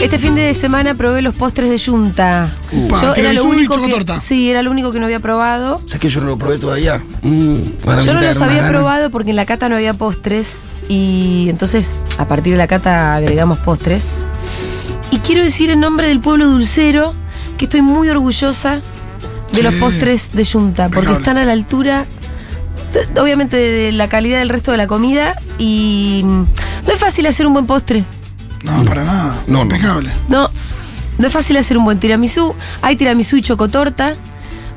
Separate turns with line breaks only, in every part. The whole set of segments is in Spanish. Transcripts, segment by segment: Este semana probé los postres de yunta.
Upa, tiramisú y chocotorta.
que, sí, era lo único que no había probado.
¿Sabes que yo no lo probé todavía? Mm, van a
Yo no
necesitar
los
más
había
ganas.
probado porque en la cata no había postres y entonces a partir de la cata agregamos postres. Y quiero decir en nombre del pueblo dulcero que estoy muy orgullosa de los
Sí.
postres de Yunta porque
Impecable.
están a la altura t- obviamente de la calidad del resto de la comida y mm, no es fácil hacer un buen postre.
No, para nada.
No, no.
Impecable.
No, no es fácil hacer un buen tiramisú. Hay tiramisú y chocotorta.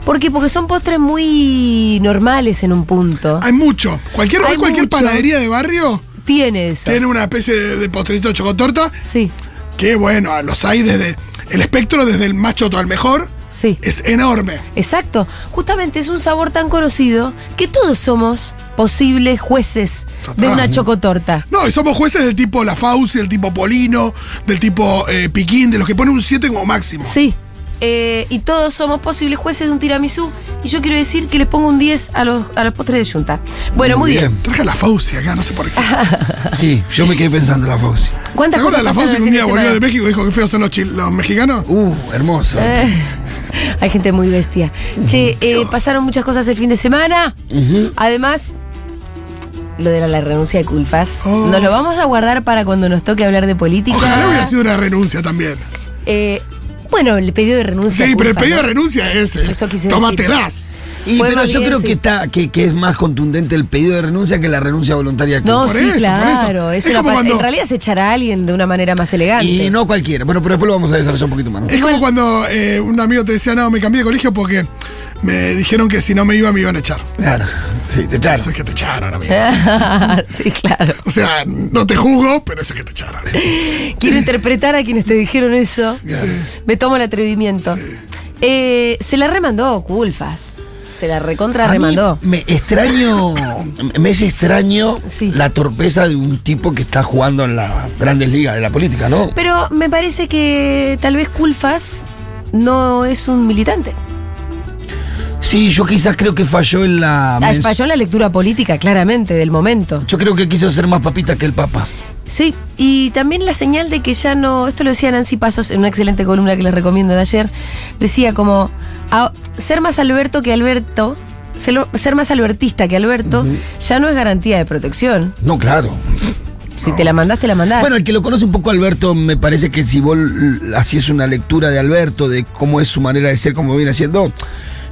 ¿Por qué? Porque son postres muy normales en un punto.
Hay mucho. Cualquier, hoy
Hay
Ah, cualquier
mucho.
panadería de barrio
Tiene eso.
tiene una especie de, de postrecito de chocotorta
Sí,
que, bueno, a los hay desde. El espectro desde el más choto al mejor
sí.
es enorme.
Exacto. Justamente es un sabor tan conocido que todos somos posibles jueces de
Total.
una chocotorta.
No, y somos jueces del tipo La Fauci, del tipo Polino, del tipo eh, Piquín, de los que ponen un 7 como máximo.
Sí. Eh, y todos somos posibles jueces de un tiramisú. Y yo quiero decir que les pongo un 10 a los, a los postres de yunta. Bueno, muy,
Muy
bien.
bien.
Traje a La Fauci acá, no sé por qué.
Sí, yo me quedé pensando en la Foxy.
¿Te
¿Cuántas cosas
acuerdas de La
pasaron
Fauci
el
que un
fin de
día volvió
semana?
de México y dijo que feos son los, chil- los mexicanos?
Uh, hermoso.
Eh, Hay gente muy bestia. Che, eh, pasaron muchas cosas el fin de semana. Además, lo de la, la renuncia de culpas.
Oh.
Nos lo vamos a guardar para cuando nos toque hablar de política.
Ojalá hubiera sido una renuncia también.
Eh, bueno, el pedido de renuncia.
Sí,
a
pero el
Culfas,
pedido de
¿no?
renuncia es ese.
Eso quise
Tómatelas.
Y,
Fue
pero
más
yo
bien,
creo
sí.
que está que, que es más contundente el pedido de renuncia que la renuncia voluntaria. que-
No,
Por
sí,
eso, por
claro.
eso.
Es
Es
una
como
pa-
cuando-
En realidad se echará a alguien de una manera más elegante.
y no cualquiera. Bueno, pero después lo vamos a desarrollar un poquito más. ¿no?
Es como cuando eh, un amigo te decía, no, me cambié de colegio porque me dijeron que si no me iba me iban a echar.
Claro. Sí, te
Eso
echaron.
es que te echaron, amigo.
sí, claro.
O sea, no te juzgo, pero eso es que te echaron.
Quiero interpretar a quienes te dijeron eso. Me tomo el atrevimiento. Eh, se la remandó, Culfas. Se la recontra
A mí
remandó.
Me extraño, me es extraño
Sí.
la torpeza de un tipo que está jugando en las grandes ligas de la política, ¿no?
Pero me parece que tal vez Culfas no es un militante.
Sí, yo quizás creo que falló en la.
Ah,
mens-
Falló en la lectura política, claramente, del momento.
Yo creo que quiso ser más papita que el papa.
Sí, y también la señal de que ya no. Esto lo decía Nancy Pasos en una excelente columna que les recomiendo de ayer. Decía como. "A- ser más Alberto que Alberto. ser lo- Ser más albertista que Alberto ya no es garantía de protección.
No, claro.
Si te la mandaste, la mandaste.
Bueno, el que lo conoce un poco a Alberto, me parece que si vos l- hacías una lectura de Alberto, de cómo es su manera de ser, cómo viene haciendo,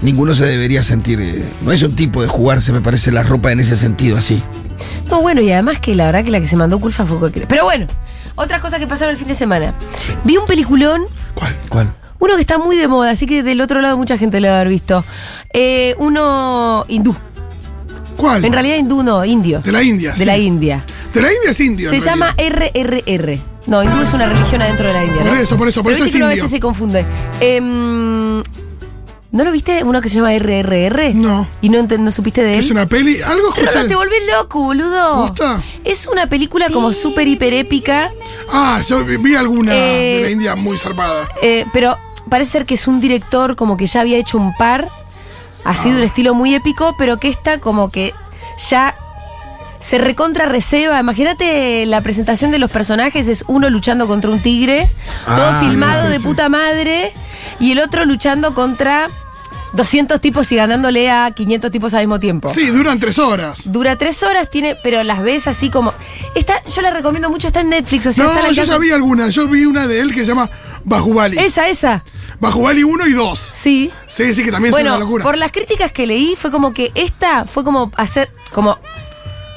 ninguno se debería sentir. eh, no es un tipo de jugarse, me parece, la ropa en ese sentido, así.
No, bueno, y además que la verdad que la que se mandó culpa fue cualquiera. Pero bueno, otras cosas que pasaron el fin de semana. Vi un peliculón,
¿Cuál?
¿Cuál?
uno que está muy de moda, así que del otro lado mucha gente lo debe haber visto. Eh, uno hindú.
¿Cuál?
En realidad hindú no, indio.
De la India.
De
sí.
la India.
De la India es indio.
Se
en
llama
realidad.
RRR. No, hindú es una religión adentro de la India.
Por
¿no?
eso, por eso, por
Pero
eso
viste
es
que uno a
indio.
veces se confunde. Em, ¿No lo viste? Uno que se llama RRR.
No.
¿Y no, ente- no supiste de él?
Es una peli. Algo escuché.
Rolo, te volvés loco, boludo.
¿Posta?
Es una película como súper hiper épica,
Ah, yo vi- vi alguna
Eh,
de la India muy zarpada.
eh, pero parece ser que es un director como que ya había hecho un par. Ha sido
Ah.
un estilo muy épico, pero que esta como que ya se recontra receba. Imagínate la presentación de los personajes, es uno luchando contra un tigre,
Ah,
todo filmado
sí,
de
sí.
puta madre, y el otro luchando contra 200 tipos y ganándole a 500 tipos al mismo tiempo.
Sí, duran tres horas.
Dura tres horas, tiene, pero las ves así como. Está, yo la recomiendo mucho, está en Netflix, o sea, está
No,
al
yo
alcance-
ya vi alguna. Yo vi una de él que se llama Bajubali.
Esa, esa.
Bajubali 1 y 2.
Sí.
Sí, sí, que también es
Bueno,
una locura.
por las críticas que leí, fue como que esta fue como hacer, como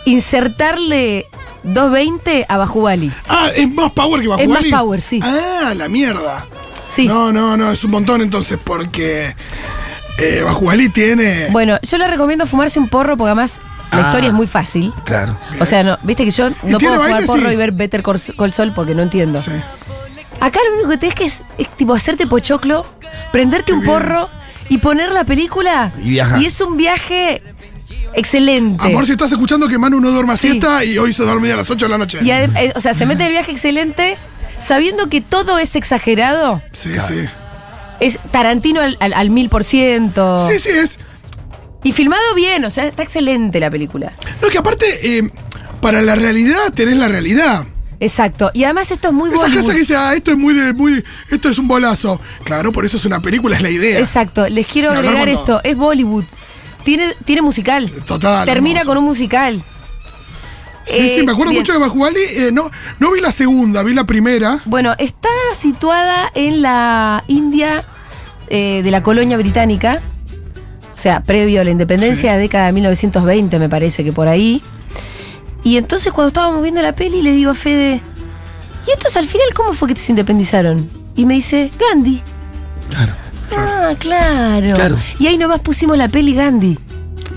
insertarle 220 a Bajubali.
Ah, es más power que
Es más
Bajubali.
power, sí.
Ah, la mierda.
Sí.
No, no, no, es un montón entonces porque eh, Bajubali tiene.
Bueno, yo le recomiendo fumarse un porro porque además la
Ah.
historia es muy fácil.
Claro.
O sea, no, viste que yo no
tiene
puedo
baile,
fumar porro
sí.
y ver Better Cor- Call Sol porque no entiendo.
Sí.
Acá lo único que tenés que es, es tipo hacerte pochoclo, prenderte un porro y poner la película.
Y viajar.
es un viaje excelente.
Amor, si estás escuchando que Manu no duerma
Sí.
siesta y hoy se dormía a las 8 de la noche.
Y adem- eh, o sea, se mete en el viaje excelente sabiendo que todo es exagerado.
Sí, sí.
Es Tarantino al- al al mil por ciento.
Sí, sí, es.
Y filmado bien, o sea, está excelente la película.
No, es que aparte, eh, para la realidad tenés la realidad.
Exacto. Y además esto es muy
Esa
Bollywood.
casa que dice, ah, esto es muy de, muy, esto es un bolazo. Claro, por eso es una película, es la idea.
Exacto. Les quiero
Ganar
agregar
con
esto.
todo.
Es Bollywood. Tiene, tiene musical.
Total,
Termina
hermoso.
con un musical.
Sí,
Eh,
sí, me acuerdo
bien.
mucho de Bajubali. eh, no, no vi la segunda, vi la primera.
Bueno, está situada en la India eh, de la colonia británica, o sea, previo a la independencia, década de 1920, me parece que por ahí. Y entonces cuando estábamos viendo la peli le digo a Fede, ¿y estos al final cómo fue que se independizaron? Y me dice, Gandhi.
Claro.
Ah, claro.
Claro.
Y ahí nomás pusimos la peli Gandhi,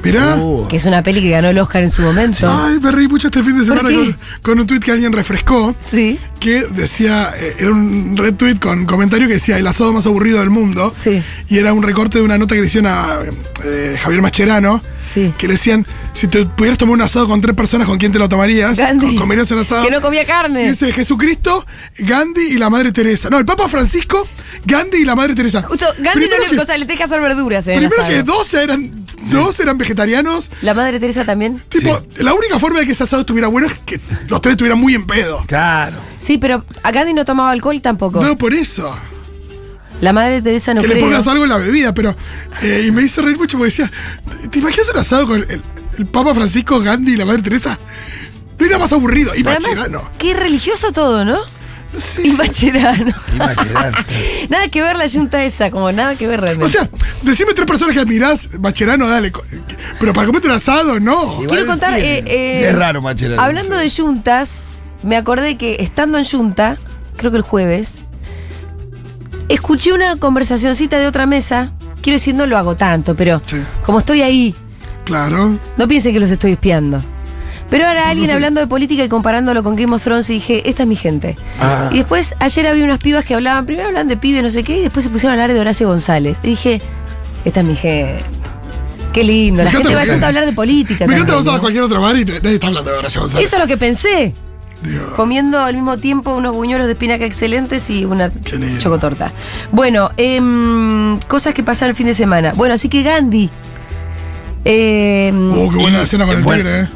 Mirá.
Oh.
que es una peli que ganó el Oscar en su momento.
Ay, me reí mucho este fin de
¿Por
semana
qué?
con, con un tuit que alguien refrescó.
Sí.
Que decía, eh, era un retweet con comentario que decía el asado más aburrido del mundo.
Sí.
Y era un recorte de una nota que le hicieron a eh, Javier Mascherano.
Sí.
Que le decían, si te pudieras tomar un asado con tres personas, ¿con quién te lo tomarías?
Gandhi.
¿Con- ¿Comerías un asado?
Que no comía
Y
carne.
dice Jesucristo, Gandhi y la Madre Teresa. No, el Papa Francisco, Gandhi y la Madre Teresa.
Justo, Gandhi
Primero
no le,
que-
o sea, le tenés que hacer verduras. en el
Primero que
asado.
dos eran, dos eran vegetarianos.
La madre Teresa también.
Tipo, la única forma de que ese asado estuviera bueno es que los tres estuvieran muy en pedo.
Claro.
Sí, pero a Gandhi no tomaba alcohol tampoco.
No, por eso.
La madre Teresa no
que le
creo.
pongas algo en la bebida, pero. eh, y me hizo reír mucho porque decía: ¿Te imaginas un asado con el, el- el Papa Francisco, Gandhi y la Madre Teresa? No era más aburrido. Y
Pero además,
Macherano.
qué religioso todo, ¿no?
No sé,
Y Macherano.
Imagínate.
nada que ver la yunta esa, como nada que ver realmente.
O sea, decime tres personas que admirás, Macherano, dale. co- Pero para comerte un asado, no.
Quiero
Igual
contar.
tiene.
eh, eh,
es raro, Machera.
Hablando de yuntas, me acordé que estando en yunta, creo que el jueves, escuché una conversacioncita de otra mesa. Quiero decir, no lo hago tanto, pero
Sí.
como estoy ahí,
Claro.
No piensen que los estoy espiando. Pero ahora alguien
sé.
hablando de política y comparándolo con Game of Thrones y dije, esta es mi gente.
Ah.
Y después ayer había unas pibas que hablaban, primero hablaban de pibe, no sé qué, y después se pusieron a hablar de Horacio González. Y dije, esta es mi gente. Qué lindo, la
Me encanta
gente va
porque-
a hablar de política.
Me encanta
también,
vas a
¿no?
cualquier otro bar y nadie está hablando de Horacio González.
Eso es lo que pensé,
Digo,
comiendo al mismo tiempo unos buñuelos de espinaca excelentes y una
Qué lindo.
chocotorta. Bueno, em, cosas que pasaron el fin de semana. Bueno, así que Gandhi. em,
oh, qué buena
Y-
escena con el
bueno.
tigre, eh.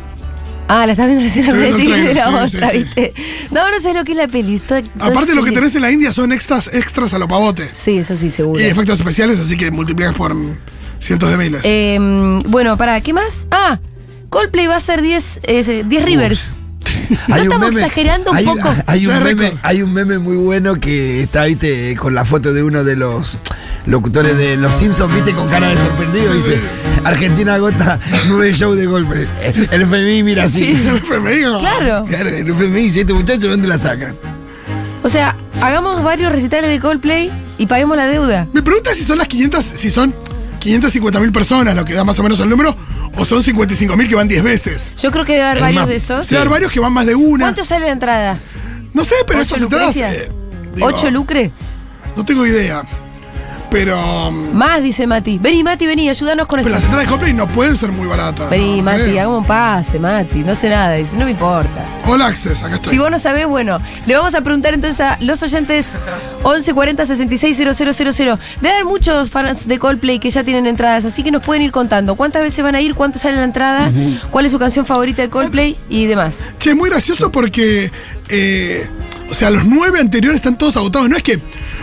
Ah, la estás viendo recién
Estoy
con el
viendo el
tigre de
trailer,
la
sí,
otra,
sí, sí.
¿viste? No, no sé lo que es la peli. estoy- estoy
Aparte, lo que
sigue.
tenés en la India son extras, extras a lo pavote.
Sí, eso sí, seguro.
Y efectos especiales, así que multiplicas por cientos de miles.
Eh, bueno, para, ¿qué más? Ah, Coldplay va a ser 10 eh, 10 Rivers. ¿No estamos exagerando un
hay-
poco?
Hay
Ya
un,
es
meme,
récord.
hay un meme muy bueno que está, viste, con la foto de uno de los locutores de Los Simpsons, viste, con cara de sorprendido. Dice, Argentina agota nueve shows de golpe. El FMI mira así.
Se me fue, me digo.
Claro.
Claro, el FMI dice, este muchacho, ¿dónde la saca?
O sea, hagamos varios recitales de Coldplay y paguemos la deuda.
Mi pregunta es si son las 500, si son 550 mil personas, lo que da más o menos el número, o son 55 mil que van 10 veces.
Yo creo que debe haber
Es
varios
más,
de
O
esos.
sea, hay varios que van más de una.
¿Cuánto sale la entrada?
No sé, pero
¿Ocho
esas entradas.
Lucrecia?
eh, digo,
¿Ocho lucre?
No tengo idea. Pero. mm,
Más, dice Mati. Vení, Mati, vení, ayúdanos con
Pero las
esto.
entradas de Coldplay no pueden ser muy baratas.
Vení,
no
Mati,
creo.
hagamos un pase, Mati. No sé nada, dice, no me importa.
Hola, Access, acá
Si
estoy.
vos no sabés, bueno, le vamos a preguntar entonces a los oyentes 1140 66 000. Debe haber muchos fans de Coldplay que ya tienen entradas, así que nos pueden ir contando cuántas veces van a ir, cuánto sale la entrada, cuál es su canción favorita de Coldplay y demás.
Che, muy gracioso porque. eh, o sea, los nueve anteriores están todos agotados. No es que.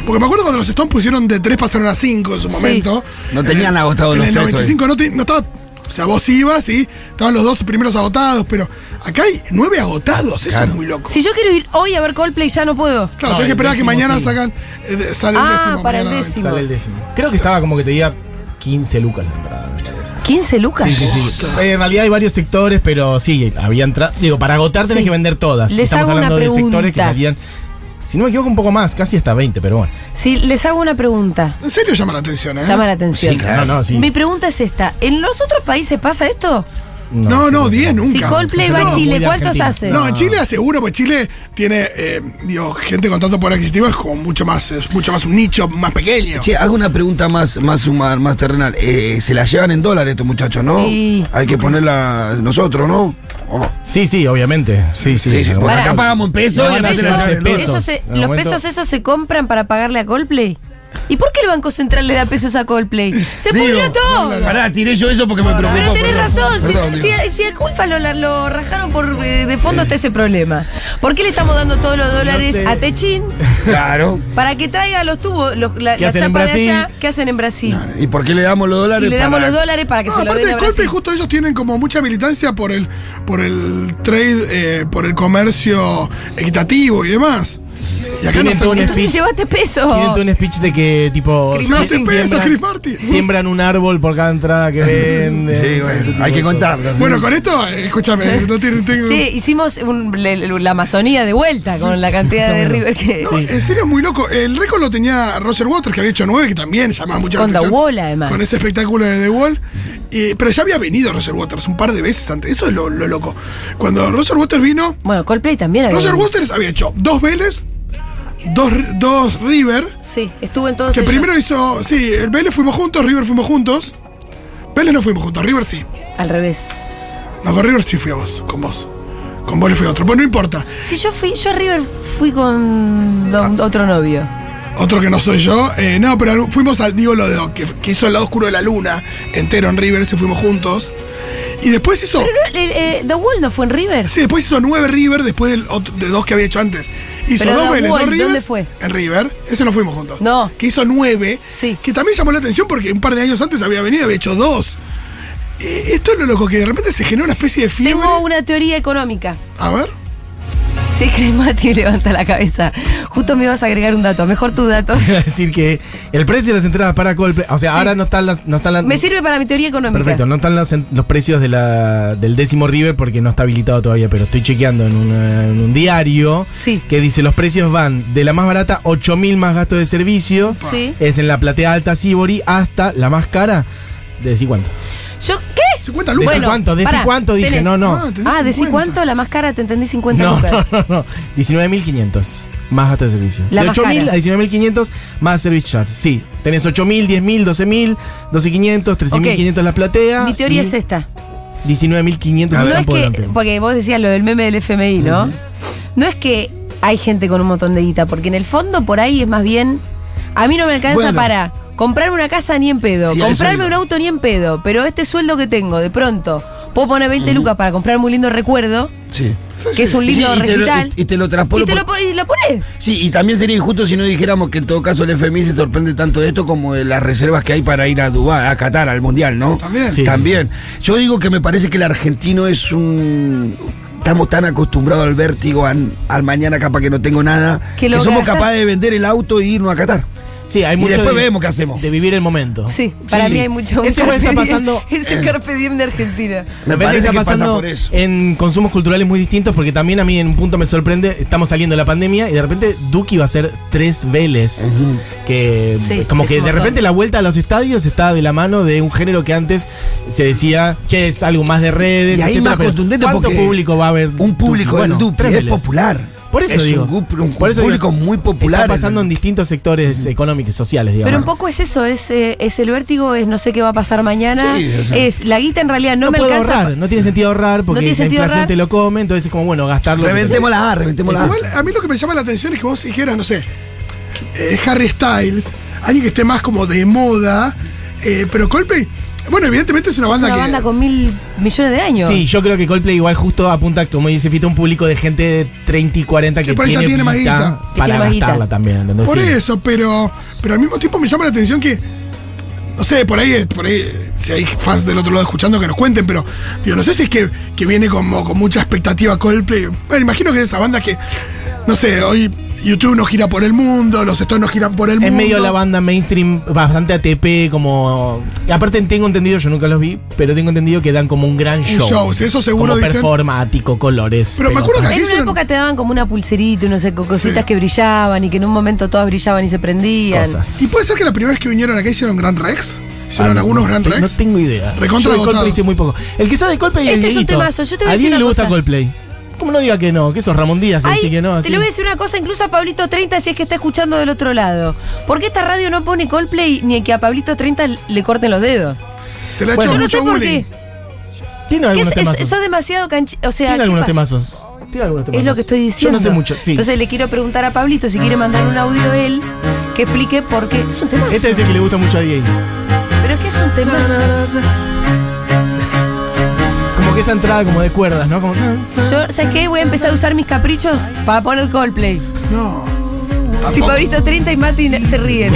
Porque me acuerdo cuando los Stones pusieron de tres pasaron a cinco en su momento.
No tenían agotado
en
los
el
tres,
95 no, te- no estaba. O sea, vos ibas y estaban los dos primeros agotados, pero acá hay nueve agotados. Eso
Claro.
es muy loco.
Si yo quiero ir hoy a ver Coldplay, ya no puedo.
Claro, tenés
No,
que
el
esperar a que
décimo
mañana
sí.
sacan. eh, de- sale el
Ah,
décimo.
para el
mañana.
décimo.
Sale el décimo. Creo que estaba como que te diga 15 lucas la entrada, me parece.
15 lucas.
Sí, sí, sí. Eh, En realidad hay varios sectores, pero sí, había entrada. Digo, para agotar tenés
Sí.
que vender todas.
Les
Estamos
hago una
hablando de sectores que
pregunta.
salían. Si no me equivoco, un poco más, casi hasta 20, pero bueno.
Si les hago una pregunta,
En serio llama la atención, ¿eh?
llama la atención.
Sí, claro.
No, no, sí.
Mi pregunta es esta: ¿en los otros países pasa esto?
No, no,
sí,
10 nunca.
Si Coldplay
No,
va a
muy
Chile,
de
¿cuántos
Argentina.
hace?
No, en
No.
Chile aseguro, porque Chile tiene, eh, digo, gente con tanto poder adquisitivo es como mucho más, es mucho más un nicho más pequeño.
Che, hago una pregunta más, más, suma- más terrenal. Eh, se la llevan en dólares estos muchachos, ¿no?
Sí.
Hay que ponerla nosotros, ¿no? Oh.
Sí, sí, obviamente. Sí, sí.
Sí, sí, por
Pará.
acá pagamos en pesos
No,
y
Los
van
acá
a
se la
hacer
llevan en
pesos.
pesos,
dólares.
esos se-
En el
los
momento-
pesos esos se compran para pagarle a Coldplay. ¿Y por qué el Banco Central le da pesos a Coldplay? ¡Se
Digo,
pudrió todo!
Pará, tiré yo eso porque me preocupó.
Pero tenés
perdón,
razón, si-
perdón,
si,
digo.
si a culpa lo, lo rajaron por eh, de fondo está ese problema. ¿Por qué le estamos dando todos los dólares
sé.
a Techín?
Claro.
Para que traiga los tubos, los- la,
¿Qué
la
hacen en
chapa de
Brasil?
allá, ¿qué hacen en Brasil?
¿Y por qué le damos los dólares?
Y le damos
Para-
los dólares para que
No,
se lo
aparte
den a
de Coldplay,
Brasil.
justo ellos tienen como mucha militancia por el, por el trade, eh, por el comercio equitativo y demás. Y acá no
Tienen
está
todo un
militancia.
Entonces
Speech.
llevaste
Tienen
peso.
todo un speech de que tipo.
Chris
sie-
Martin,
pero eso,
siembran-
Chris Martin.
Siembran un árbol por cada entrada que venden. este
Sí, bueno, hay que contarlo. sí.
Bueno, con esto, eh, escúchame, no tiene- tengo.
Sí, hicimos un- le- le- la Amazonía de vuelta con la cantidad
más o
de
menos.
River que.
No, En serio, es muy loco. El récord lo tenía Roger Waters, que había hecho nueve, que también llamaba mucho la
Con The
atención.
Wall, además.
Con ese espectáculo de The Wall. Eh, pero ya había venido Roger Waters un par de veces antes. Eso es lo, lo loco. Cuando Roger Waters vino,
Bueno, Coldplay también había
Roger
venido.
Waters había hecho dos Vélez, dos, dos River.
Sí, estuvo en todos
Que
ellos.
primero hizo. Sí, el Vélez fuimos juntos, River fuimos juntos. Vélez no fuimos juntos, River sí.
Al revés.
No, con River sí fui a vos, con vos. Con vos le fui a otro. Pues no importa.
Si yo fui, yo a River fui con
Ah.
don- otro novio.
Otro que no soy yo. Eh, no, pero algo- fuimos al Diego Lodedo, que, que hizo el lado oscuro de la luna, entero en River, se fuimos juntos. Y después hizo.
Pero no, eh, eh, The Wall no fue en River.
Sí, después hizo nueve River, después del otro- de dos que había hecho antes. Hizo
Pero
dos
The
Vélez,
Wall,
dos River.
¿dónde fue?
En River. Ese no fuimos juntos.
No.
Que hizo nueve.
Sí.
Que también llamó la atención porque un par de años antes había venido, había hecho dos. Eh, esto es lo loco, que de repente se genera una especie de fiebre.
Tengo una teoría económica.
A ver.
Si es que Mati levanta la cabeza. Justo me ibas a agregar un dato. Mejor tu dato.
Es decir, que el precio de las entradas para Coldplay. O sea,
Sí.
ahora no están las. No están las
Me sirve para mi teoría económica.
Perfecto, no están las en- los precios de la, del décimo River porque no está habilitado todavía, pero estoy chequeando en, una- en un diario
Sí.
que dice los precios van de la más barata, 8.000 más gastos de servicio,
Sí.
es en la platea alta Sibori, hasta la más cara, de decir cuánto.
¿Yo qué?
50
Decí
lucas.
Bueno,
cuánto, decí
pará,
cuánto, dije,
tenés-
no, no.
Ah, tenés
Ah, ¿decís
50.
cuánto? La más cara te entendí 50
No, no,
lucas.
no, no, 19.500 más gastos de servicio.
La
de
más
8.000
cara.
a 19.500 más service charge. Sí, tenés 8.000, 10.000, 12.000, 12.500, 13.500 la platea.
Mi teoría
y
es esta.
19.500
No
el
es
campo
que,
delantero.
porque vos decías lo del meme del FMI, ¿no? No es que hay gente con un montón de guita, porque en el fondo por ahí es más bien, a mí no me alcanza
Bueno.
para comprarme una casa ni en pedo,
Sí, a eso
comprarme
iba.
un auto ni en pedo, pero este sueldo que tengo, de pronto, puedo poner 20 lucas para comprarme un lindo recuerdo,
Sí.
que es un lindo
Sí, y te lo-
recital.
y- y te lo transpolo
Y te lo,
por-
pon- y lo pones.
Sí, y también sería injusto si no dijéramos que en todo caso el FMI se sorprende tanto de esto como de las reservas que hay para ir a Dubái, a Qatar, al Mundial, ¿no?
También.
Sí,
también. Yo digo que me parece que el argentino es un... Estamos tan acostumbrados al vértigo, an- al mañana capaz que no tengo nada,
Que
que,
lo
somos
gastas-
capaces de vender el auto e irnos a Qatar.
Sí, hay
Y
mucho
después
de-
vemos qué hacemos.
De vivir el momento.
Sí, para
Sí.
mí hay mucho... un
Ese igual está
carpe diem-
pasando.
Ese carpe diem de Argentina.
Me
Me parece
parece
que está pasando
por eso.
en consumos culturales muy distintos porque también a mí en un punto me sorprende, estamos saliendo de la pandemia y de repente Duki va a hacer tres Vélez, que
Sí,
como
es
que
un
de
montón.
repente la vuelta a los estadios está de la mano de un género que antes se decía, che, es algo más de redes,
Y ahí
etcétera,
más
pero
contundente
¿cuánto
porque
público va a haber?
Un público
Duki?
del
Bueno,
Dupli
tres
es
Vélez.
popular.
Por eso
es
digo.
un, grup- un
Por eso digo,
público muy popular.
Está pasando en distintos sectores económicos y sociales, digamos.
Pero un poco es eso, es, eh, es el vértigo, es no sé qué va a pasar mañana,
Sí, o sea.
es la guita en realidad no,
no
me
puedo
alcanza.
ahorrar, no tiene sentido ahorrar porque
tiene
la
sentido
inflación
ahorrar.
te lo come, entonces es como bueno gastarlo.
Reventémosla, reventémosla.
Igual,
ah,
a mí lo que me llama la atención es que vos dijeras, no sé, eh, Harry Styles, alguien que esté más como de moda, eh, pero Coldplay, bueno, evidentemente es una
Es
banda
una
que...
banda con mil millones de años.
Sí, yo creo que Coldplay igual justo apunta, como dice Fito, un público de gente de 30 y 40 que
por ahí ya
tiene,
tiene más
guita
guita.
Que tiene
para
más guita.
gastarla también, ¿entendés?
Por
Sí.
eso, pero, pero al mismo tiempo me llama la atención que, no sé, por ahí, por ahí, eh, si hay fans del otro lado escuchando que nos cuenten, pero digo, no sé si es que, que viene como con mucha expectativa Coldplay. Bueno, imagino que es esa banda que, no sé, hoy YouTube nos gira por el mundo, los Stones nos giran por el
Es
mundo.
medio la banda mainstream, bastante ATP, como... y aparte tengo entendido, yo nunca los vi, pero tengo entendido que dan como un gran show.
show, sí, eso seguro
Como
dicen.
performático, colores,
Pero me acuerdo
pelotas.
que-
En una
hicieron-
época te daban como una pulserita, no sé, co- cositas
Sí.
que brillaban y que en un momento todas brillaban y se prendían.
cosas.
¿Y puede ser que la primera vez que vinieron acá hicieron Grand Rex? ¿Hicieron
Ah,
algunos
no
Grand
te-
Rex?
No tengo idea.
Recontra
Yo de Coldplay
agotado.
hice muy poco. El que sabe de Coldplay
Este es
el
un
Dieguito.
temazo, yo te voy a decir
Diego
una
le gusta
cosa.
Coldplay. ¿Cómo no diga que no? Que sos Ramón Díaz, que
Ay,
dice que no.
te
así.
lo voy a decir una cosa, incluso a Pablito 30 si es que está escuchando del otro lado. ¿Por qué esta radio no pone Coldplay ni que a Pablito 30 le corten los dedos?
Se le ha
Bueno,
hecho
yo no
mucho
sé por
bullying.
qué.
Tiene
Que es,
algunos
es-
temazos.
sos demasiado canchi... O sea,
Tiene
¿qué
algunos
pasa?
temazos. Tiene algunos temazos.
Es lo que estoy diciendo.
Yo no sé mucho. Sí.
Entonces le quiero preguntar a Pablito si quiere mandar un audio él, que explique por qué. Es un tema.
Este es el que le gusta mucho a Diego.
Pero es que es un tema.
Como que esa entrada como de cuerdas, ¿no? Como...
Yo, ¿sabes qué? Voy a empezar a usar mis caprichos para poner Coldplay.
No.
Si
Tampoco.
Pablito 30 y Mati se ríen.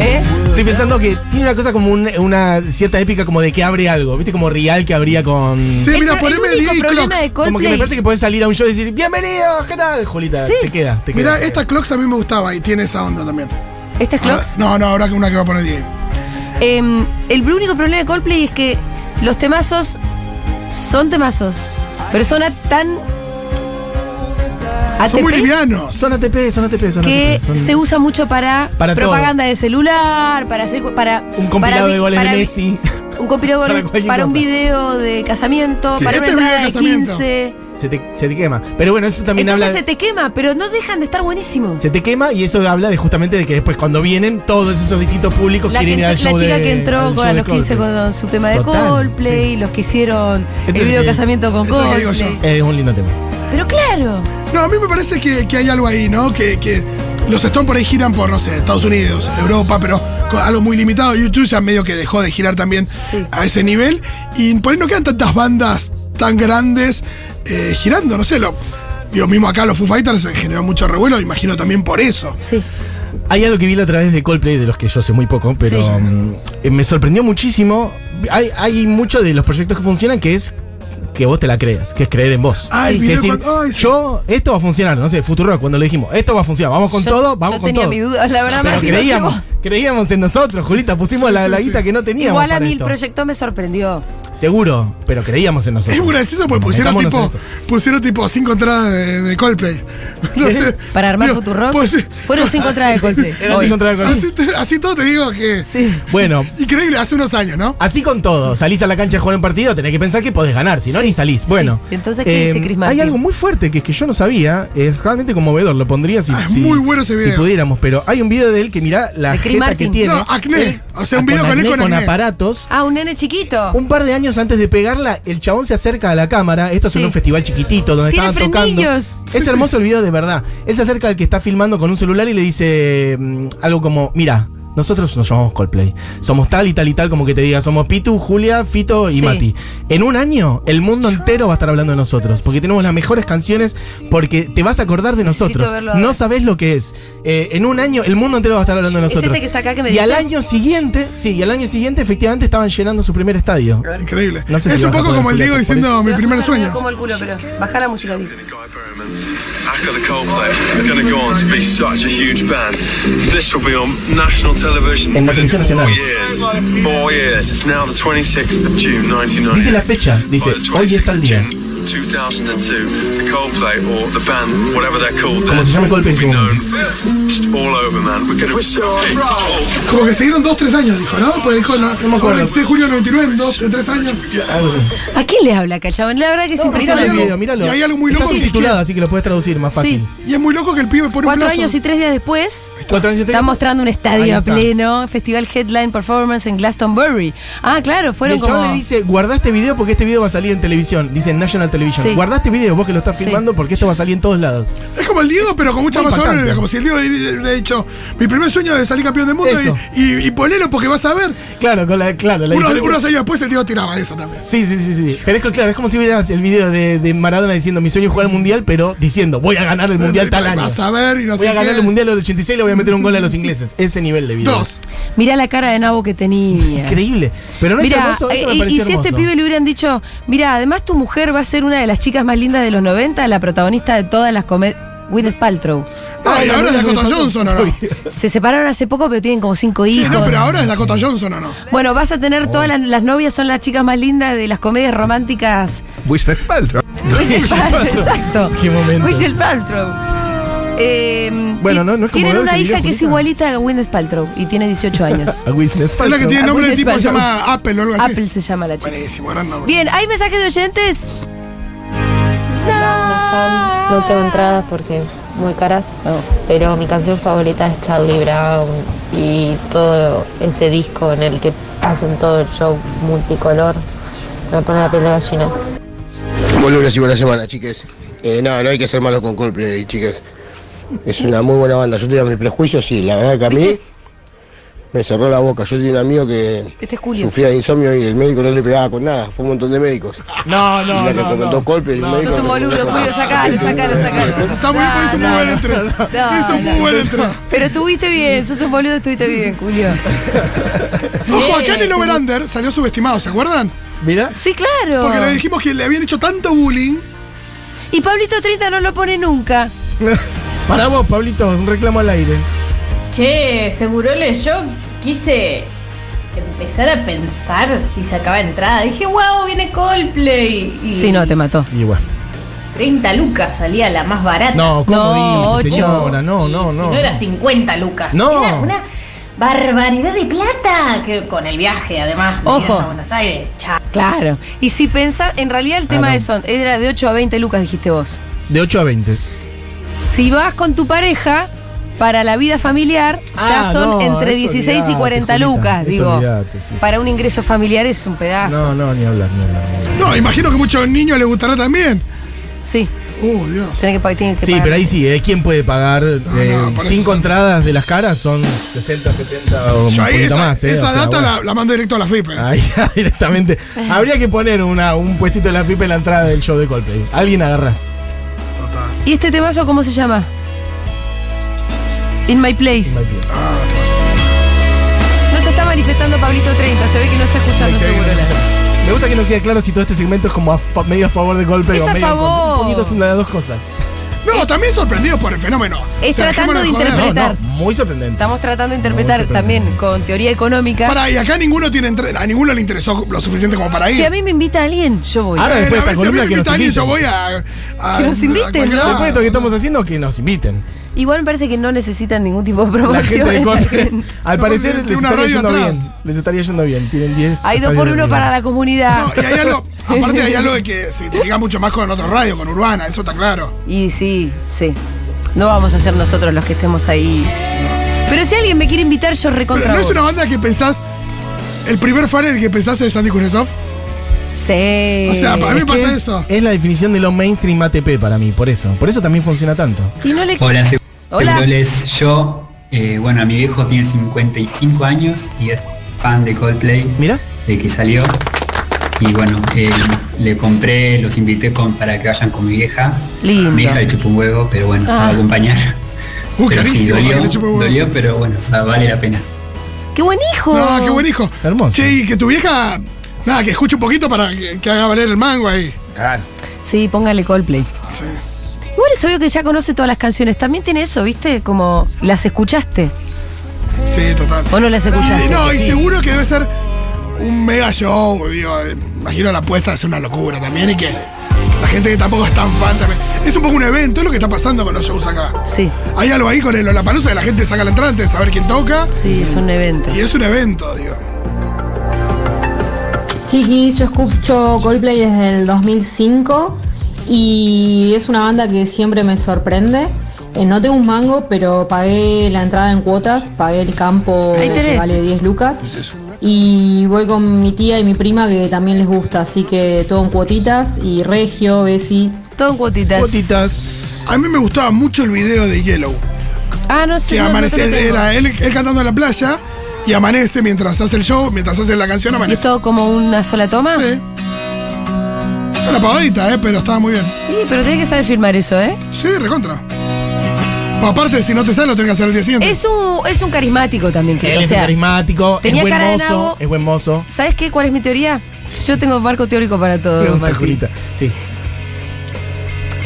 ¿Eh?
Estoy pensando que tiene una cosa como un- una cierta épica como de que abre algo, ¿viste? Como Rial que abría con...
Sí,
El
mira,
pro-
poneme
el único
DJ
problema de
Clocks.
Coldplay.
Como que me parece que podés salir a un show y decir, bienvenido, ¿qué tal? Julita,
Sí.
te queda, te queda.
Mira, esta Clocks a mí me gustaba y tiene esa onda también.
¿Esta es Clocks?
Ah, No, no, ahora que una que va a poner DJ.
Eh, el único problema de Coldplay es que los temazos son temazos, pero son a- tan
Son muy
ATP
livianos.
Son ATP, son ATP, son
que
ATP, son-
se usa mucho para,
Para todo.
propaganda de celular, para hacer para
Un compilado
para vi-
de goles de
para vi-
Messi.
un compilado de
Para
goles para,
cualquier
un
cosa.
video de casamiento,
Sí,
para una
este es video de
entrada de,
casamiento.
15.
Se te, se te quema. Pero bueno, eso también
Entonces
habla...
se te quema, pero no dejan de estar buenísimos.
Se te quema y eso habla de justamente de que después cuando vienen todos esos distintos públicos
La, que
quieren ir al
entró- la
show
chica
de-
que
al
entró
show
con a
de
los 15
Coldplay.
con su tema de
Total,
Coldplay, los que hicieron
Esto
el
es
video de
que-
casamiento con
esto es lo que digo
Coldplay.
yo.
Es un lindo tema.
Pero claro.
No, a mí me parece que, que hay algo ahí, ¿no? Que, que los Stones por ahí giran por, no sé, Estados Unidos, Europa, pero con algo muy limitado. YouTube ya medio que dejó de girar también
Sí.
a ese nivel. Y por ahí no quedan tantas bandas tan grandes eh, girando, no sé, lo. Yo mismo acá los Foo Fighters eh, generó mucho revuelo, imagino también por eso.
Sí.
Hay algo que vi la otra vez de Coldplay, de los que yo sé muy poco, pero
Sí.
mm, eh, me sorprendió muchísimo. Hay, hay mucho de los proyectos que funcionan que es que vos te la creas, que es creer en vos.
Ah, el
Que
video
decir,
cuando- ay, sí.
yo, esto va a funcionar, no sé, Futuro cuando lo dijimos, esto va a funcionar, vamos con
Yo-
todo, vamos
yo
con
tenía
todo.
mis dudas, la verdad,
pero
Mati, no
creíamos,
sé
creíamos en nosotros, Julita, pusimos
Sí,
la,
sí,
la
sí.
guita que no teníamos.
Igual a
para
mí el
esto.
proyecto me sorprendió.
Seguro, pero creíamos en nosotros.
Es muy gracioso porque pusieron
Metámonos en
tipo,
esto.
pusieron tipo cinco entradas de, de Coldplay. No sé,
¿Eh? Para armar
digo,
Futurock.
pues,
fueron cinco entradas de Coldplay.
Ah, Era
Hoy.
así contra la
así, te- así todo te digo que.
Sí.
Bueno,
Increíble, hace unos años, ¿no?
Así con todo, salís a la cancha a jugar un partido, tenés que pensar que podés ganar, si no
Sí,
ni salís.
sí.
Bueno, eh,
Entonces, ¿qué dice Chris Martin?
hay algo muy fuerte que es que yo no sabía, es realmente conmovedor, lo pondría si,
Ah, es
si-
muy bueno ese video.
si pudiéramos, pero hay un video de él que mirá la
De Chris
jeta
Martin.
que tiene.
No, acné.
Él-
O sea, un video con él con acné.
aparatos.
Ah, un nene chiquito.
Un par de años antes de pegarla, el chabón se acerca a la cámara. Esto es
Sí.
en un festival chiquitito donde
Tiene
estaban tocando.
frenillos.
Es hermoso el video de verdad. Él se acerca al que está filmando con un celular y le dice mm, algo como, mira. Nosotros nos llamamos Coldplay. Somos tal y tal y tal, como que te diga. Somos Pitu, Julia, Fito y
Sí.
Mati. En un año, el mundo entero va a estar hablando de nosotros. Porque tenemos las mejores canciones, porque te vas a acordar de
Necesito
nosotros.
verlo ahora.
No sabes lo que es. Eh, en un año, el mundo entero va a estar hablando de
¿Es este
nosotros.
que está acá que me
y al
diste?
año siguiente, sí, y al año siguiente, efectivamente, estaban llenando su primer estadio.
Increíble.
No sé si
es un
vas a
poco
poder
como el Diego
jugar por
diciendo
Se
mi
va a
primer
escuchar medio
sueño.
Como el culo, pero baja la música. Dick.
Guy Berryman. After the Coldplay, they're going to go on to be such a huge band. This will be on national television
En la
within
televisión nacional.
four years. Four years. It's now the 26th of June,
Dice la
1998.
fecha, dice,
By the
hoy
26th
está el
of
día.
June 2002, the Coldplay or the band, whatever they're called,
Como se llame Coldplay en su
will be known
momento.
just all over, man. We're going to be so big. Oh,
Como que siguieron dos, tres años, dijo, ¿no? Pues dijo, no,
me acuerdo.
26 de junio del 99, dos, tres años.
Algo así.
¿A quién le habla, cachabón? La verdad que es
Hay
Míralo el
impresionante.
algo-
video, míralo.
Y hay algo muy loco
Está
que-
subtitulado, así que lo puedes traducir más fácil.
Y es muy loco que el pibe pone un
Cuatro
plazo.
años y tres días después,
Cuatro años y tres.
está mostrando un
Ahí
estadio a
está.
pleno, Festival Headline Performance en Glastonbury. Ah, claro,
Y
fueron
el
como...
chaval le dice, guardá este video porque este video va a salir en televisión. Dice en National Television.
Sí.
Guardá este video vos que lo estás
Sí.
filmando porque esto va a salir en todos lados.
Es como el Diego, pero con mucha
muy
más
impactante.
soberbia. Como si el Diego le hubiera dicho, mi primer sueño es salir campeón del mundo
Eso.
y, y, y ponelo porque vas a ver.
Claro, con la, claro, la
Unos,
diferencia-
unos años después el Diego tiraba eso también.
Sí, sí, sí, sí. Pero es que, claro, es como si vieras el video de, de Maradona diciendo mi sueño es jugar al mundial, pero diciendo voy a ganar el mundial tal año.
Vas a ver y no
Voy
sé
a ganar
qué.
el mundial del 86 y le voy a meter un gol a los ingleses. Ese nivel de video.
Dos.
Mirá la cara de nabo que tenía.
Increíble. Pero no es
Mira,
hermoso, eso me
y,
pareció
y si a este
hermoso.
pibe le hubieran dicho, mira, además tu mujer va a ser una de las chicas más lindas de los 90, la protagonista de todas las comedias, Gwyneth Paltrow.
No, y ahora es Dakota Johnson, ¿o no?
Se separaron hace poco, pero tienen como cinco
Sí,
hijos.
no, pero ahora es Dakota Johnson, ¿o no?
Bueno, vas a tener todas
Oh.
las, las novias, son las chicas más lindas de las comedias románticas.
Gwyneth Paltrow.
Gwyneth Paltrow, exacto.
Qué momento.
Gwyneth Paltrow. Eh,
Bueno,
y
no- no es como
tienen
ver
una
ese
hija
video,
que es
Julita.
igualita a Gwyneth Paltrow y tiene 18 años.
A Whistler
Es la que tiene
Ah,
nombre de
Gwyneth
tipo que se
Paltrow.
llama Apple o algo así.
Apple se llama la chica.
Buenísimo, gran nombre.
Bien, ¿hay mensajes de oyentes?
No tengo entradas porque muy caras, no. pero mi canción favorita es Charlie Brown y todo ese disco en el que hacen todo el show multicolor. Me pone la piel de gallina.
Buen lunes y buena semana, chiques. Eh, no, no hay que ser malos con Coldplay, chiques.
Es una muy buena banda. Yo tenía mis prejuicios y la verdad que a mí
¿Viste?
me cerró la boca. Yo tenía un amigo que
Este es Julio.
sufría de insomnio y el médico no le pegaba con nada. Fue un montón de médicos.
No,
Y
no,
la que
no.
recomendó
no.
Coldplay, el médico
Sos un
le
boludo,
recomendó
Julio,
nada.
sacalo, sacalo, sacalo.
Está muy,
No,
es un
no,
muy buen
no.
entrada.
No,
es un
no.
muy buen entrada.
Pero estuviste bien, sos un boludo, estuviste bien, Julio.
Ojo,
Sí,
acá en el
sí.
Overander salió subestimado, ¿se acuerdan?
Mira.
Sí, claro.
Porque le dijimos que le habían hecho tanto bullying.
Y Pablito 30 no lo pone nunca.
Para vos, Pablito, un reclamo al aire.
Che, seguro le yo quise empezar a pensar si sacaba entrada. Dije, wow, viene Coldplay. Y
Sí, no, te mató.
Y bueno.
30 lucas salía la más barata.
No, ¿cómo
No,
dice,
ocho.
señora? No, no,
Si
no.
no era 50 lucas.
No.
Era una barbaridad de plata que con el viaje, además, me
Ojo.
iba a Buenos Aires. Chao.
Claro. Y si pensás, en realidad el tema
no.
de son era de 8 a 20 lucas, dijiste vos.
De 8 a 20.
Si vas con tu pareja, para la vida familiar,
Ah,
ya son
no,
entre
eso
16 y
olvidate,
40
Julita,
lucas,
eso
digo.
olvidate, sí.
Para un ingreso familiar es un pedazo.
No, no, ni hablar, ni hablar. ni hablar.
No, imagino que a muchos niños les gustará también.
Sí,
Uh, Dios.
tenés que, pa- tienen que
Sí,
pagar.
pero ahí sí, ¿eh? ¿quién puede pagar eh,
no, por eso
cinco
son-
entradas de las caras? Son 60, 70 o un
Yo ahí
poquito
esa,
más. ¿eh?
esa
O sea,
data
bueno. Ah.
la, la mando directo a la FIP. eh.
Ahí ya directamente. Habría que poner una, un puestito de la pipa en la entrada del show de Coldplay. Alguien agarras.
Total.
¿Y este temazo cómo se llama? In My Place. No se está manifestando Pablito 30, se ve que no está escuchando seguro. la-
Me gusta que nos quede claro si todo este segmento es como a fa- medio a favor de Coldplay
Es
o
a
medio en contra.
favor.
Un poquito es una de las dos cosas.
No, también sorprendidos por el fenómeno.
Es tratando
dejémonos
de
joder.
interpretar.
No, no, muy sorprendente.
Estamos tratando de interpretar
No, no,
también con teoría económica.
Pará, y acá ninguno tiene entre- a ninguno le interesó lo suficiente como para ir.
Si a mí me invita alguien, yo voy.
Ahora
Eh,
después
a
de
veces
esta columna
me
que nos
invitan y
inviten.
yo voy a, a-
Que nos
a
inviten,
cualquier
¿no?
lado.
Después de esto que estamos haciendo, que nos inviten.
Igual me parece que no necesitan ningún tipo de
La gente
promoción.
de
La
Coldplay.
gente.
Al
No,
parecer
porque
les
una
estaría
radio
yendo
atrás.
bien. Les estaría yendo bien. Tienen 10.
Hay dos por uno para la comunidad.
No, y hay algo, aparte hay algo de que se identifica mucho más con otros radios, con Urbana, eso está claro.
Y sí, sí. No vamos a ser nosotros los que estemos ahí. Pero si alguien me quiere invitar, yo
Pero
recontra
no es
voy.
una banda que pensás, el primer fan en el que pensás es Andy Kuznetsov.
Sí.
O sea, para mí
Es que
pasa
es,
eso.
es la definición de lo mainstream ATP para mí, por eso. Por eso también funciona tanto.
Y no le...
Hola,
Hola.
Seguroles. Yo, eh, bueno, mi viejo tiene 55 años y es fan de Coldplay,
Mira,
de que salió. Y bueno, eh, le compré, los invité con, para que vayan con mi vieja.
Lindo.
Mi hija le chupó un huevo, pero bueno,
Ah.
va a acompañar.
Uh,
Pero sí,
carísimo,
dolió,
que le chupa huevo.
dolió, pero bueno, va- vale la pena.
¡Qué buen hijo!
No, qué buen hijo.
Hermoso.
Che, y que tu vieja, nada, que escuche un poquito para que, que haga valer el mango ahí.
Claro.
Sí, póngale Coldplay.
Sí.
Igual es obvio que ya conoce todas las canciones. También tiene eso, ¿viste? Como las escuchaste.
Sí, total.
¿O no las escuchaste?
Y, no, y
Sí.
seguro que debe ser un mega show, digo, eh, imagino la apuesta es una locura también y que la gente que tampoco es tan fan también. Es un poco un evento, es lo que está pasando con los shows acá.
Sí,
Hay algo ahí con el Olapalooza que la gente saca la entrada antes de saber quién toca
sí, es un evento.
y es un evento, digo.
Chiquis, yo escucho Coldplay desde el 2005 y es una banda que siempre me sorprende. Eh, no tengo un mango, pero pagué la entrada en cuotas, pagué el campo
Ahí tenés.
que vale 10 lucas. Y voy con mi tía y mi prima que también les gusta, así que todo en cuotitas y Regio, Bessie.
Todo en cuotitas.
gotitas.
A mí me gustaba mucho el video de Yellow,
Ah, no sé.
que
no, no
amanece,
te lo tengo.
era él, él cantando en la playa y amanece mientras hace el show, mientras hace la
¿Y
canción
es
amanece.
todo como una sola toma?
Sí. Una pagodita, eh, pero estaba muy bien.
Sí, pero tenés que saber filmar eso, ¿eh?
Sí, recontra. Pues aparte, si no te sale, lo tenés que hacer el día siguiente.
Es un, es un carismático también, creo.
Él
o
es
sea,
carismático, es
tenía
buen
cara de nabo.
mozo, es buen mozo.
¿Sabes qué? ¿Cuál es mi teoría? Yo tengo marco teórico para
Me
todo.
gusta,
Mati.
Julita. Sí.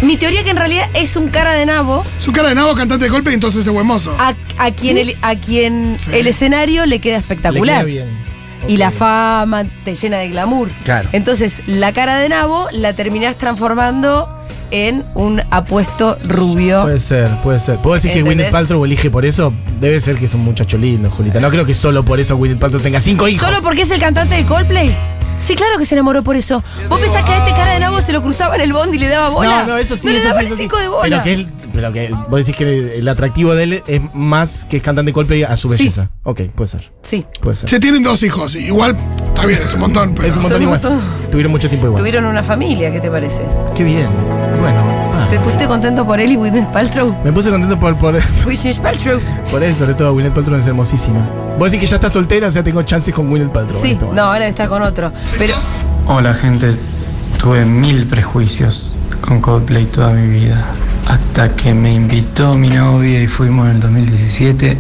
Mi teoría que en realidad es un cara de nabo
Su cara de nabo, cantante de golpe, y entonces es buen mozo.
a, a quien, el, a quien
Sí.
el escenario le queda espectacular.
Le queda bien.
Y la
Ok.
fama te llena de glamour.
Claro.
Entonces, la cara de nabo la terminás transformando en un apuesto rubio.
Puede ser, puede ser. ¿Puedo decir que
¿Entendés?
Gwyneth Paltrow elige por eso? Debe ser que es un muchacho lindo, Julita. No creo que solo por eso Gwyneth Paltrow tenga cinco hijos.
¿Solo porque es el cantante de Coldplay? Sí, claro que se enamoró por eso. ¿Vos pensás que a este cara de nabo se lo cruzaba en el bond y le daba bola?
No, no, eso sí.
No le
eso sí,
daba el
eso sí.
cinco de bola.
Pero que, él, pero que vos decís que el atractivo de él es más que es cantante de Coldplay a su
Sí.
belleza. Ok, puede ser.
Sí,
Puede ser.
Se tienen dos hijos, igual está bien, es un montón, pero.
Es un montón
Son
igual.
un montón.
Tuvieron mucho tiempo igual.
tuvieron una familia, ¿qué te parece?
Qué bien. Bueno, ah.
¿Te pusiste contento por él y Gwyneth Paltrow?
Me puse contento por, por,
Gwyneth Paltrow.
por él, sobre todo. Gwyneth Paltrow es hermosísima. Vos decís que ya está soltera, o sea, tengo chances con Gwyneth Paltrow. en
Sí,
este momento.
no, ahora debe estar con otro. Pero
Hola gente, tuve mil prejuicios con Coldplay toda mi vida. Hasta que me invitó mi novia y fuimos en el 2017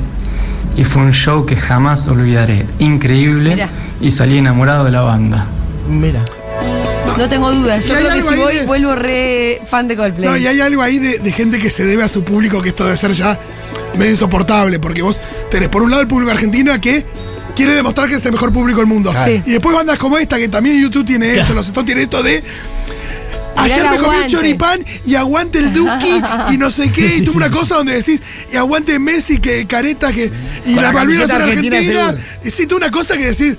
y fue un show que jamás olvidaré. Increíble
Mirá.
y salí enamorado de la banda.
Mira.
no tengo dudas. Yo
Y hay
creo que
algo
si
ahí
voy,
de-
vuelvo re fan de Coldplay.
No, y hay algo ahí de, de gente que se debe a su público que esto debe ser ya medio insoportable, porque vos tenés por un lado el público argentino que quiere demostrar que es el mejor público del mundo.
Claro. Sí.
Y después bandas como esta, que también YouTube tiene eso, los Stones tienen esto de. Ayer
el
me comí un
aguante".
choripán y aguante el Duki y no sé qué. Y tuve una cosa donde decís, y aguante Messi, que careta, que. Y
Con la
las Malvinas
camiseta
en
argentina,
Argentina.
seguro.
Y sí, tuve una cosa que decís.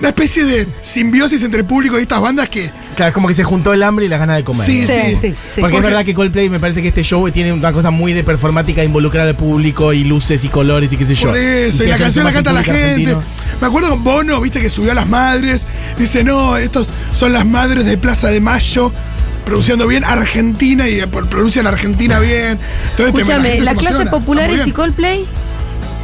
Una especie de simbiosis entre el público y estas bandas que.
Claro, es como que se juntó el hambre y las ganas de comer.
Sí,
Sí, sí, sí.
Porque, es
Porque-
verdad que Coldplay me parece que este show tiene una cosa muy de performática de involucrar al público y luces y colores y qué sé yo.
Por eso,
se
y, la
hace
canción la
más
canta la
público
gente.
argentino.
Me acuerdo con Bono, viste, que subió a las madres. Dice, no, estos son las madres de Plaza de Mayo, pronunciando bien Argentina y eh, por- pronuncian Argentina bien. Entonces, te-
Escúchame,
gente
las
se
clases
emociona.
populares
Está
y
muy bien.
Coldplay,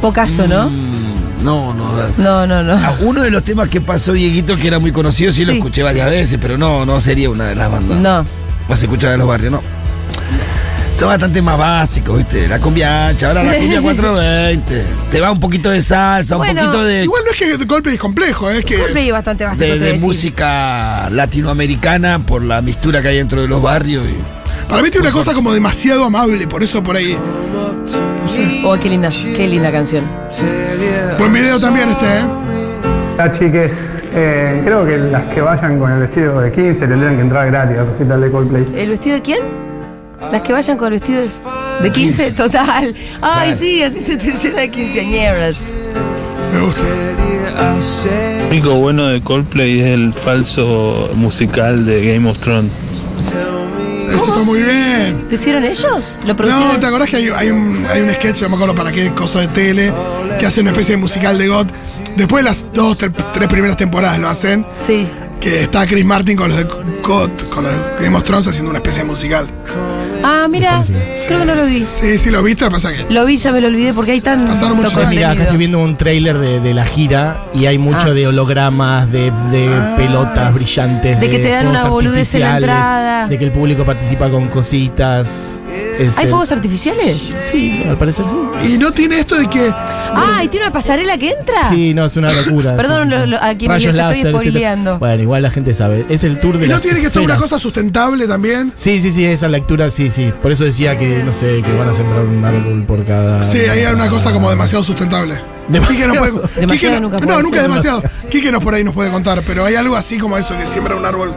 pocaso, ¿no?
Mm, No, no, no.
No, no, no.
Ah, Uno de los temas que pasó Dieguito, que era muy conocido, sí, lo
Sí.
escuché varias veces, pero no, no sería una de las bandas
No.
más escuchadas de los barrios, no. Son bastante más básicos, ¿viste? La cumbia ancha, ahora la cumbia 420. Te va un poquito de salsa,
Bueno,
un poquito de,
Igual no es que golpe es complejo, es que.
Coldplay es bastante básico.
de,
te voy a
de
decir.
música latinoamericana por la mistura que hay dentro de los barrios. y-
Para mí tiene una cosa como demasiado amable, por eso por ahí. No sé.
Oh, qué linda, qué linda canción.
Buen video también este, ¿eh?
Ah, chiques, eh, creo que las que vayan con el vestido de 15 tendrían que entrar gratis al recital de Coldplay.
¿El vestido de quién? Las que vayan con el vestido de- de 15, total. Ay, sí, así se te llena de quinceañeras.
Me gusta.
Lo único bueno de Coldplay es el falso musical de Game of Thrones.
Eso está muy bien.
¿Lo hicieron ellos? ¿Lo producieron?
No, ¿te acordás que hay, hay un, hay un sketch, no me acuerdo para qué, cosa de tele, que hace una especie de musical de God? Después de las dos, tre- tres primeras temporadas lo hacen,
Sí.
que está Chris Martin con los de God, con los de Game of Thrones haciendo una especie de musical.
Ah, mira, creo que no lo vi.
Sí, sí, lo viste, lo que pasa que...
Lo vi, ya me lo olvidé porque hay tanto
Pasaron muchos
Entonces, mira, acá estoy
contenido.
viendo un tráiler de, de la gira y hay mucho
Ah.
de hologramas, de, de
Ah.
pelotas brillantes,
De que te dan
fuegos
una boludez en la
artificiales,
entrada.
de que el público participa con cositas. Es,
¿Hay
eh,
fuegos artificiales?
Sí, al parecer sí.
Y no tiene esto de que...
Ah, ¿y tiene una pasarela que entra?
Sí, no, es una locura.
Ah. Perdón
sí, sí, sí.
lo- lo- a quien
Rayos
les estoy
láser, etcétera.
spoileando.
Bueno, igual la gente sabe. Es el tour de
Y no
las
tiene que ser una
esferas.
cosa sustentable también.
Sí, sí, sí, esa lectura, sí, sí. Por eso decía que, no sé, que van a sembrar un árbol por cada...
Sí, ahí hay una cosa como demasiado sustentable. Quique
Demasiado.
nos puede-
Demasiado
Quique no-
nunca
no,
puede
nunca
ser.
es demasiado. Quique nos por ahí nos puede contar, pero hay algo así como eso que siembra un árbol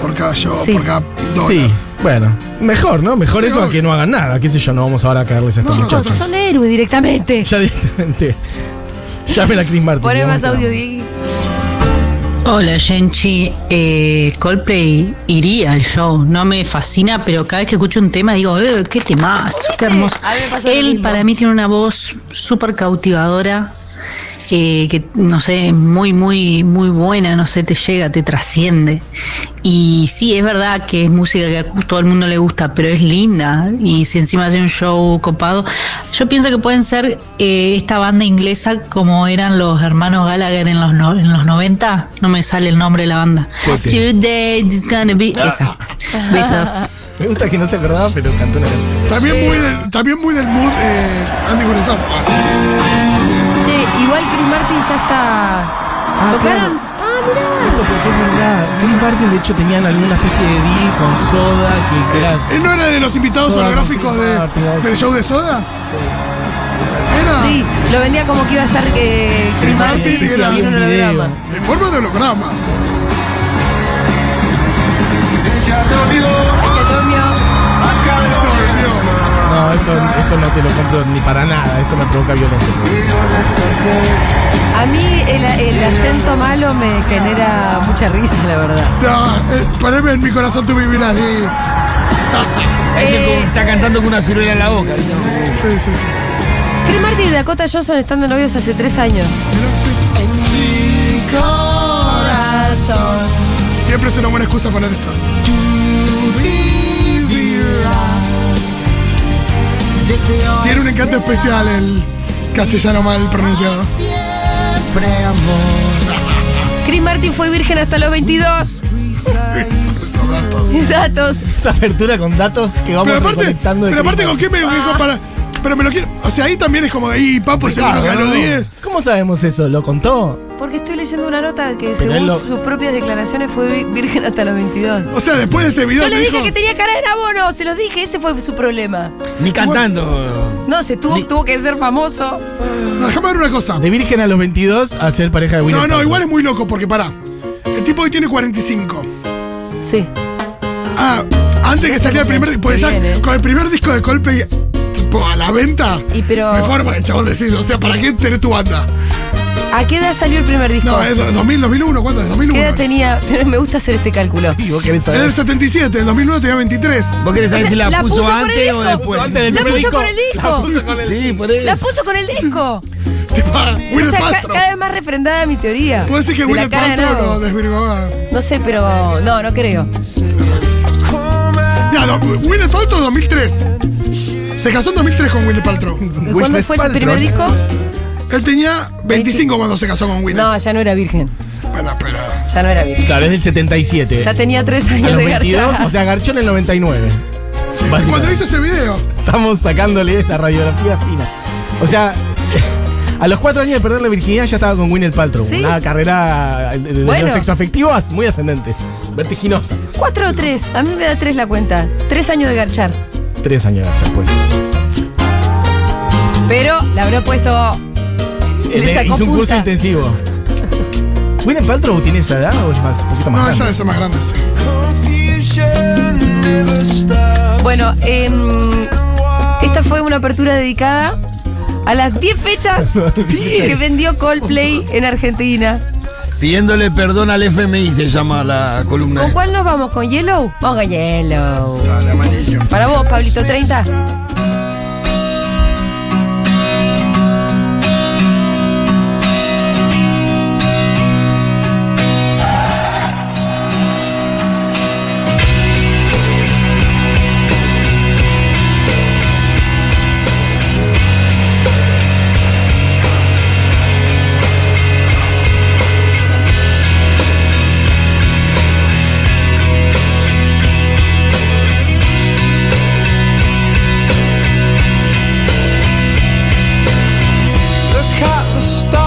por cada show,
Sí.
por cada dólar.
Sí, bueno. Mejor, ¿no? Mejor
Sí,
eso a
obvio.
que no hagan nada. Qué sé yo, no vamos ahora a caerles a estos
No, no,
Chicos,
muchachos.
son héroes directamente.
Ya directamente. Llamen a Chris Martin.
Poné
digamos
más
que
audio,
no.
Diego.
Hola Genchi, eh, Coldplay iría al show, no me fascina, pero cada vez que escucho un tema digo, eh, qué temazo, qué hermoso.
A mí me pasa lo
Él
mismo.
para mí tiene una voz súper cautivadora, eh, que no sé, muy, muy, muy buena, no sé, te llega, te trasciende. Y sí, es verdad que es música que a todo el mundo le gusta, pero es linda. Y si encima hace un show copado, yo pienso que pueden ser eh, esta banda inglesa como eran los hermanos Gallagher en los, no- en los 90. No me sale el nombre de la banda.
Pues sí.
Today it's gonna be. Esa. Besos.
Me gusta que no se acordaba, pero cantó una canción.
También, muy del, también muy del mood eh, Andy Gurizán. Ah, sí, sí.
Che, igual Chris Martin ya está. ¿Tocaron? Ah, mirá.
Esto porque es verdad. Chris Martin, de hecho, tenían alguna especie de deal con Soda que era...
¿Él ¿Eh, no era de los invitados
Soda,
holográficos
Martín, Martín,
de,
Martín.
del show de Soda? ¿Era?
Sí, lo vendía como que iba a estar eh, Chris
Chris
Martin
Martin,
y
sí,
se
había
vino
un
un
video.
holograma.
En forma de hologramas.
Ay, Chatomio.
No, esto, esto no te lo compro ni para nada. Esto me provoca violencia.
A mí el, el acento malo me genera mucha risa, la verdad.
No, eh, poneme en mi corazón tú vivirás. Sí,
Hay gente
Eh.
que está cantando con una ciruela en la boca. ¿viste?
sí, sí. sí.
Chris Martin y Dakota Johnson están de novios hace tres años.
Mirá, sí. Siempre es una buena excusa poner esto. Tiene un encanto especial el castellano mal pronunciado.
Chris Martin fue virgen hasta los 22. datos.
Esta apertura con datos que vamos
Pero aparte,
recolectando de
pero aparte con
Cristal.
qué me lo
Ah.
para. Pero me lo quiero. O sea, ahí también es como de ahí, Papo seguro
Claro,
ganó
no.
10.
¿Cómo sabemos eso? ¿Lo contó?
Porque estoy leyendo una nota que
él
según
lo-
sus propias declaraciones fue vi- virgen hasta los 22.
O sea, después de ese video
Yo le
te
dije
dijo-
que tenía cara de abono, se los dije, ese fue su problema.
Ni cantando.
No, se tuvo, tuvo que ser famoso.
No, déjame ver una cosa.
De virgen a los 22 a ser pareja de William
No, no,
Shatner.
igual es muy loco porque pará. El tipo hoy tiene 45.
Sí.
Ah, antes que saliera el primer. Pues ya,
Bien, eh.
con el primer disco de golpe, tipo, a la venta.
Y pero.
Me forma el chabón decís, o sea, ¿para qué tenés tu banda?
¿A qué edad salió el primer disco?
No, es 2000, 2001, ¿cuánto es?
¿Qué
2001.
edad tenía? Me gusta hacer este cálculo.
Sí, vos querés
Es
saber.
del 77, en 2009 tenía 23.
¿Vos querés saber si la,
la
puso,
puso con el
antes o
disco.
después?
Antes del
La
primer
puso
disco.
con el disco.
La puso con el disco.
Sí, por eso.
La puso con el disco.
Tipo, ah,
O
Winner
sea, ca-
Paltrow.
cada vez más refrendada mi teoría.
¿Puede ser que
De la
Winner
cara de
Paltrow
nabo.
lo desvirgó? Ah,
No sé, pero no, no creo.
Mira, do- Winner Paltrow 2003. Se casó en 2003 con Winner Paltrow.
¿Y ¿Cuándo fue su primer disco?
Él tenía 25 cuando se casó con Winner.
No, ya no era virgen.
Bueno, pero...
Ya no era virgen.
Claro, es del 77.
Ya tenía tres
a
años
los
de
22,
garchada.
o sea, garchó en el 99.
Cuando hizo
Básicamente.
ese video.
Estamos sacándole la radiografía fina. O sea, a los 4 años de perder la virginidad ya estaba con Winnet Paltrow.
Sí.
Una carrera eh, de- de, de
Bueno.
los sexoafectivos muy ascendente. Vertiginosa.
Cuatro o tres. A mí me da tres la cuenta. Tres años de garchar.
Tres años de garcha, pues.
Pero la habrá puesto. Le
Eh,
sacó
hizo un curso
punta.
intensivo. ¿Winnet Paltrow tiene esa edad o es más, un poquito más
No,
grande?
esa es más grande. sí.
Bueno, em, esta fue una apertura dedicada a las 10 fechas que vendió Coldplay en Argentina.
Pidiéndole perdón al FMI se llama la columna.
¿Con cuál nos vamos? ¿Con Yellow? Vamos con Yellow.
Dale, amarillo.
Para vos, Pablito, 30.
Look at the stars.